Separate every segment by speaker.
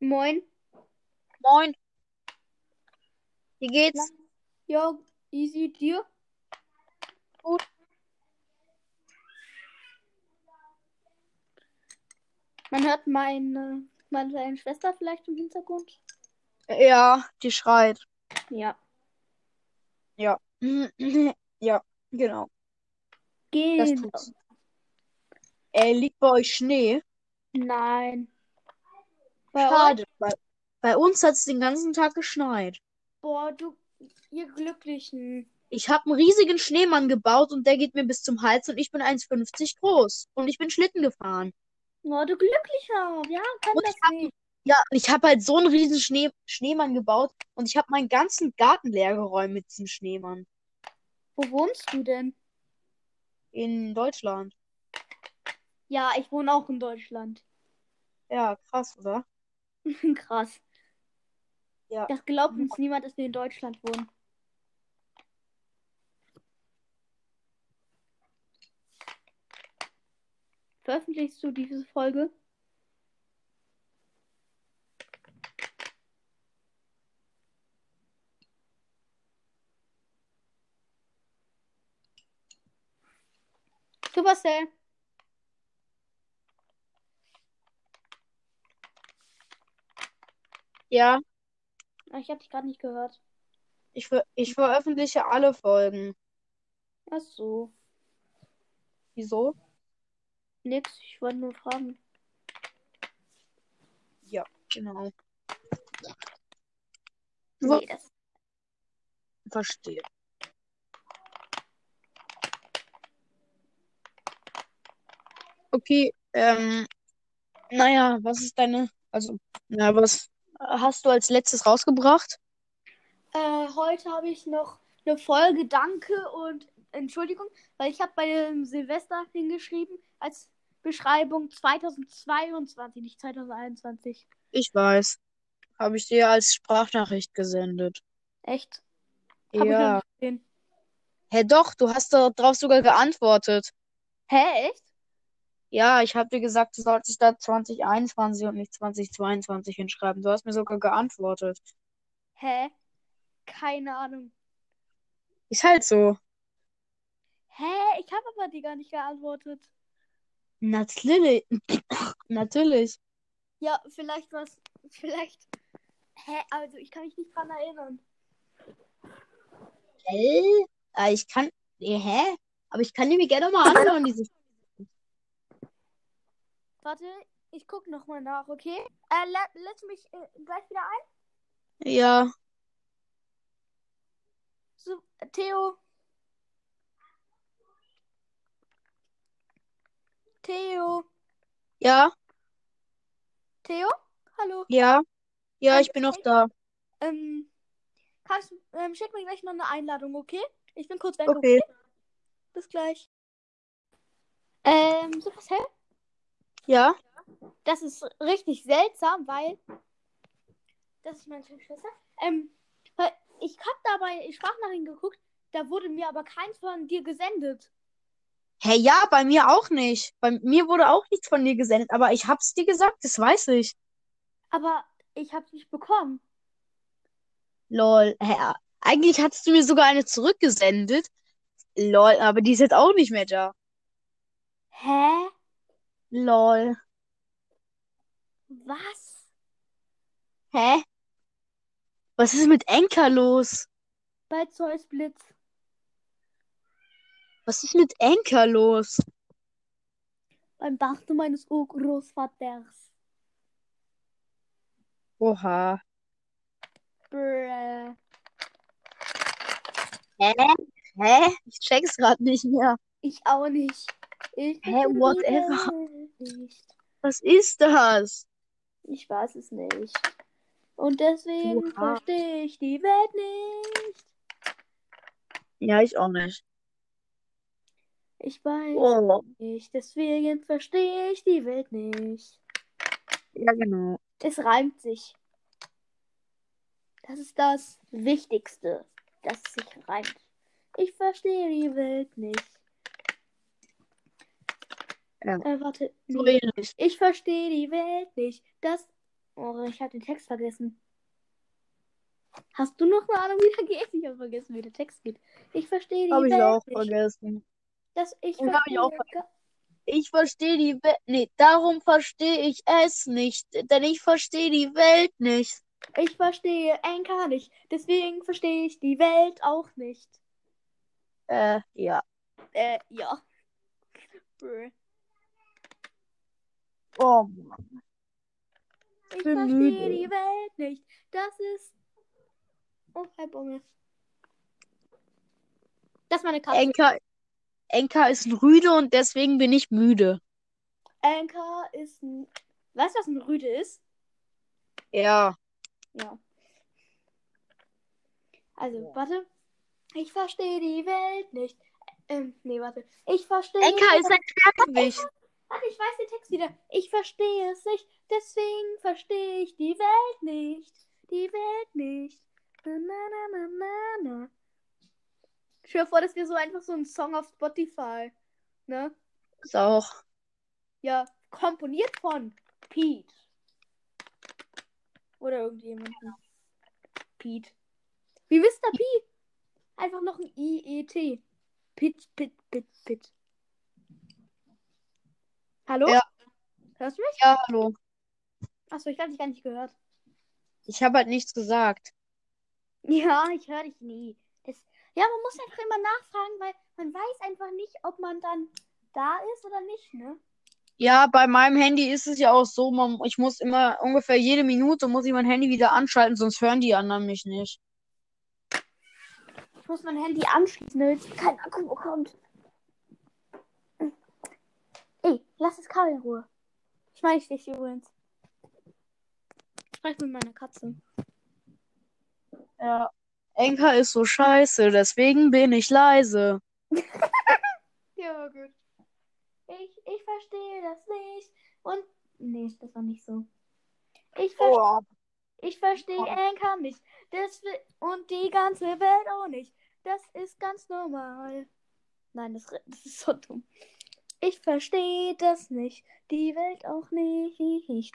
Speaker 1: Moin.
Speaker 2: Moin. Wie geht's?
Speaker 1: Ja, easy dir.
Speaker 2: Gut.
Speaker 1: Man hört meine, meine kleine Schwester vielleicht im Hintergrund.
Speaker 2: Ja, die schreit.
Speaker 1: Ja.
Speaker 2: ja, genau. Das
Speaker 1: Genau.
Speaker 2: tut's. Äh, liegt bei euch Schnee?
Speaker 1: Nein. Bei euch,
Speaker 2: Schade. Bei, bei uns hat's den ganzen Tag geschneit.
Speaker 1: boah, du, ihr Glücklichen.
Speaker 2: Ich habe einen riesigen Schneemann gebaut und der geht mir bis zum Hals und ich bin 1,50 groß. Und ich bin Schlitten gefahren.
Speaker 1: Oh, du Glücklicher. Ja, kann
Speaker 2: Und
Speaker 1: das
Speaker 2: ich hab-
Speaker 1: nicht.
Speaker 2: Ja, und ich habe halt so einen riesen Schnee Schneemann gebaut und ich habe meinen ganzen Garten leer geräumt mit diesem Schneemann.
Speaker 1: Wo wohnst du denn?
Speaker 2: In Deutschland.
Speaker 1: Ja, ich wohne auch in Deutschland.
Speaker 2: Ja, krass, oder?
Speaker 1: Hm, Krass.
Speaker 2: Ja.
Speaker 1: Das glaubt uns niemand, dass wir in Deutschland wohnen. Veröffentlichst du diese Folge? Supercell.
Speaker 2: Ja,
Speaker 1: Ah, Ich habe dich gerade nicht gehört.
Speaker 2: ich, ver ich veröffentliche alle Folgen.
Speaker 1: Ach so.
Speaker 2: Wieso?
Speaker 1: Nix, ich wollte nur fragen.
Speaker 2: Genau. Wo-
Speaker 1: Nee, das.
Speaker 2: Verstehe. Okay, ähm, naja, was ist deine, also, na, was hast du als letztes rausgebracht?
Speaker 1: Äh, heute habe ich noch eine Folge Danke und Entschuldigung, weil ich habe bei dem Silvester hingeschrieben als Beschreibung 2022, nicht 2021.
Speaker 2: Ich weiß. Habe ich dir als Sprachnachricht gesendet.
Speaker 1: Echt? Hab ich noch
Speaker 2: Ja.
Speaker 1: nicht gesehen.
Speaker 2: Hä, doch, du hast darauf sogar geantwortet.
Speaker 1: Hä, echt?
Speaker 2: Ja, ich habe dir gesagt, du solltest da 2021 und nicht 2022 hinschreiben. Du hast mir sogar geantwortet.
Speaker 1: Hä? Keine Ahnung.
Speaker 2: Ist halt so.
Speaker 1: Hä? Ich habe aber die gar nicht geantwortet.
Speaker 2: Natürlich. Natürlich.
Speaker 1: Ja, vielleicht was. Vielleicht. Hä? Also, ich kann mich nicht dran erinnern.
Speaker 2: Hä? Ah, ich kann. Nee, hä? Aber ich kann die mir gerne mal anhören, diese.
Speaker 1: Warte, ich guck nochmal nach, okay? Äh, la lass mich äh, gleich wieder ein.
Speaker 2: Ja,
Speaker 1: So, Theo. Theo.
Speaker 2: ja,
Speaker 1: Theo? Hallo.
Speaker 2: ja. Ja,
Speaker 1: Ähm,
Speaker 2: ich bin noch da.
Speaker 1: Ähm, kannst, ähm, schick mir gleich noch eine Einladung, okay? Ich bin kurz weg,
Speaker 2: Okay.
Speaker 1: Bis gleich. Ähm, Supercell,
Speaker 2: Ja?
Speaker 1: das ist richtig seltsam, weil. Das ist meine kleine Schwester. Ähm, weil ich hab dabei Sprachnachrichten geguckt, da wurde mir aber keins von dir gesendet.
Speaker 2: Hä, ja, bei mir auch nicht. Bei mir wurde auch nichts von dir gesendet, aber ich hab's dir gesagt, das weiß ich.
Speaker 1: Aber ich hab's nicht bekommen.
Speaker 2: Lol. Hä, eigentlich hattest du mir sogar eine zurückgesendet. Lol, aber die ist jetzt auch nicht mehr da.
Speaker 1: Hä?
Speaker 2: Lol.
Speaker 1: Was?
Speaker 2: Hä? Was ist mit Enker los?
Speaker 1: Bei Zeus Blitz.
Speaker 2: Was ist mit Enker los?
Speaker 1: Beim Dachte meines Urgroßvaters.
Speaker 2: Oha.
Speaker 1: Brrr.
Speaker 2: Hä? Hä? Ich check's grad nicht mehr.
Speaker 1: Ich auch nicht. Ich
Speaker 2: Hä, whatever.
Speaker 1: Nicht.
Speaker 2: Was ist das?
Speaker 1: Ich weiß es nicht. Und deswegen
Speaker 2: Oha.
Speaker 1: verstehe ich die Welt nicht.
Speaker 2: Ja, ich auch nicht.
Speaker 1: Ich weiß
Speaker 2: Oh.
Speaker 1: nicht. Deswegen verstehe ich die Welt nicht.
Speaker 2: Ja, genau.
Speaker 1: Es reimt sich. Das ist das Wichtigste, dass es sich reimt. Ich verstehe die Welt nicht.
Speaker 2: Ja.
Speaker 1: Äh, warte.
Speaker 2: So
Speaker 1: Nee. Äh,
Speaker 2: ähnlich.
Speaker 1: Ich verstehe die Welt nicht. Das Oh, ich habe den Text vergessen. Hast du noch eine Ahnung, wie der geht? Ich habe vergessen, wie der Text geht. Ich verstehe die
Speaker 2: Habe ich
Speaker 1: Welt
Speaker 2: auch
Speaker 1: nicht.
Speaker 2: vergessen.
Speaker 1: Das ich
Speaker 2: Den hab ich auch
Speaker 1: verstehe gar-
Speaker 2: Ich verstehe die Welt. Nee, darum verstehe ich es nicht. Denn ich verstehe die Welt nicht.
Speaker 1: Ich verstehe Enka nicht. Deswegen verstehe ich die Welt auch nicht.
Speaker 2: Äh, ja.
Speaker 1: Äh, ja. Brr.
Speaker 2: Oh Mann.
Speaker 1: Ich
Speaker 2: bin
Speaker 1: verstehe
Speaker 2: müde.
Speaker 1: die Welt nicht. Das ist. Oh, halb Unge. Das ist meine Katze.
Speaker 2: Enka, Enka ist ein Rüde und deswegen bin ich müde.
Speaker 1: Enka ist ein. Weißt du, was ein Rüde ist?
Speaker 2: Ja.
Speaker 1: Ja. Also, warte. Ich verstehe die Welt nicht. Ähm, nee, warte. Ich verstehe.
Speaker 2: Enka ist ein Schwergewicht.
Speaker 1: Ach, ich weiß den Text wieder. Ich verstehe es nicht, deswegen verstehe ich die Welt nicht. Die Welt nicht. Na, na, na, na, na, na. Ich höre vor, dass wir so einfach so einen Song auf Spotify, ne?
Speaker 2: Ist auch.
Speaker 1: Ja, komponiert von Pete. Oder irgendjemanden. Pete. Wie Mr. P. Einfach noch ein IET. Pit, pit, pit, pit. Hallo?
Speaker 2: Ja.
Speaker 1: Hörst du mich?
Speaker 2: Ja, hallo.
Speaker 1: Achso, ich habe dich gar nicht gehört.
Speaker 2: Ich habe halt nichts gesagt.
Speaker 1: Ja, ich höre dich nie. Das, ja, man muss einfach immer nachfragen, weil man weiß einfach nicht, ob man dann da ist oder nicht, ne?
Speaker 2: Ja, bei meinem Handy ist es ja auch so, man, ich muss immer ungefähr jede Minute muss ich mein Handy wieder anschalten, sonst hören die anderen mich nicht.
Speaker 1: Ich muss mein Handy anschließen, damit ich keinen Akku bekommt. Ey, lass das Kabel in Ruhe. Schmeiß dich übrigens. Ich spreche mit meiner Katze.
Speaker 2: Ja. Enka ist so scheiße, deswegen bin ich leise.
Speaker 1: Ja, gut. Ich, ich verstehe das nicht. Und. Nee, das war nicht so. Ich verstehe.
Speaker 2: Oh.
Speaker 1: Ich verstehe
Speaker 2: Oh.
Speaker 1: Anker nicht. Das wi- und die ganze Welt auch nicht. Das ist ganz normal. Nein, das, das ist so dumm. Ich verstehe das nicht. Die Welt auch nicht.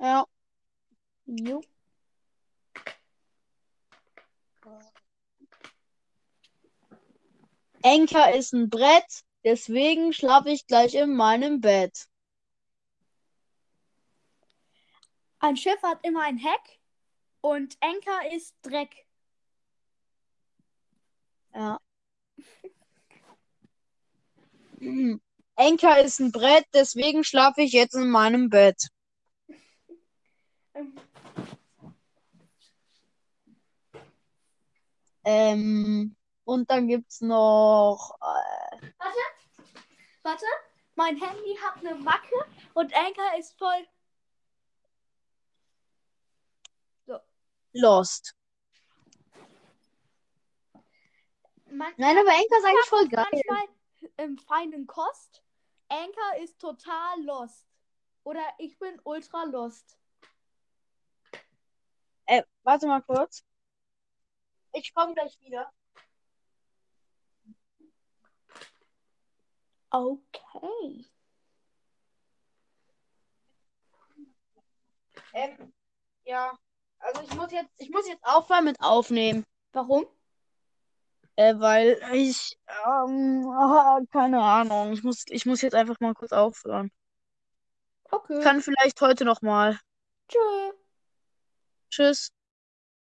Speaker 2: Ja.
Speaker 1: Jo.
Speaker 2: Enka ist ein Brett, deswegen schlafe ich gleich in meinem Bett.
Speaker 1: Ein Schiff hat immer ein Heck und Anker ist Dreck.
Speaker 2: Ja. Hm. Enka ist ein Brett, deswegen schlafe ich jetzt in meinem Bett.
Speaker 1: Ähm,
Speaker 2: Ähm, und dann gibt's noch. Äh,
Speaker 1: Warte, mein Handy hat eine Macke und Anker ist voll.
Speaker 2: Lost.
Speaker 1: Man
Speaker 2: Nein, aber Enka ist eigentlich voll geil.
Speaker 1: manchmal im feinen Kost. Anker ist total lost. Oder ich bin ultra lost.
Speaker 2: Äh, warte mal kurz. Ich komme gleich wieder.
Speaker 1: Okay.
Speaker 2: Ähm, ja. Also ich muss jetzt, ich muss jetzt aufhören mit aufnehmen.
Speaker 1: Warum?
Speaker 2: Äh, weil ich, ähm, ah, keine Ahnung. Ich muss, ich muss jetzt einfach mal kurz aufhören.
Speaker 1: Okay.
Speaker 2: Ich kann vielleicht heute noch mal.
Speaker 1: Tschö.
Speaker 2: Tschüss.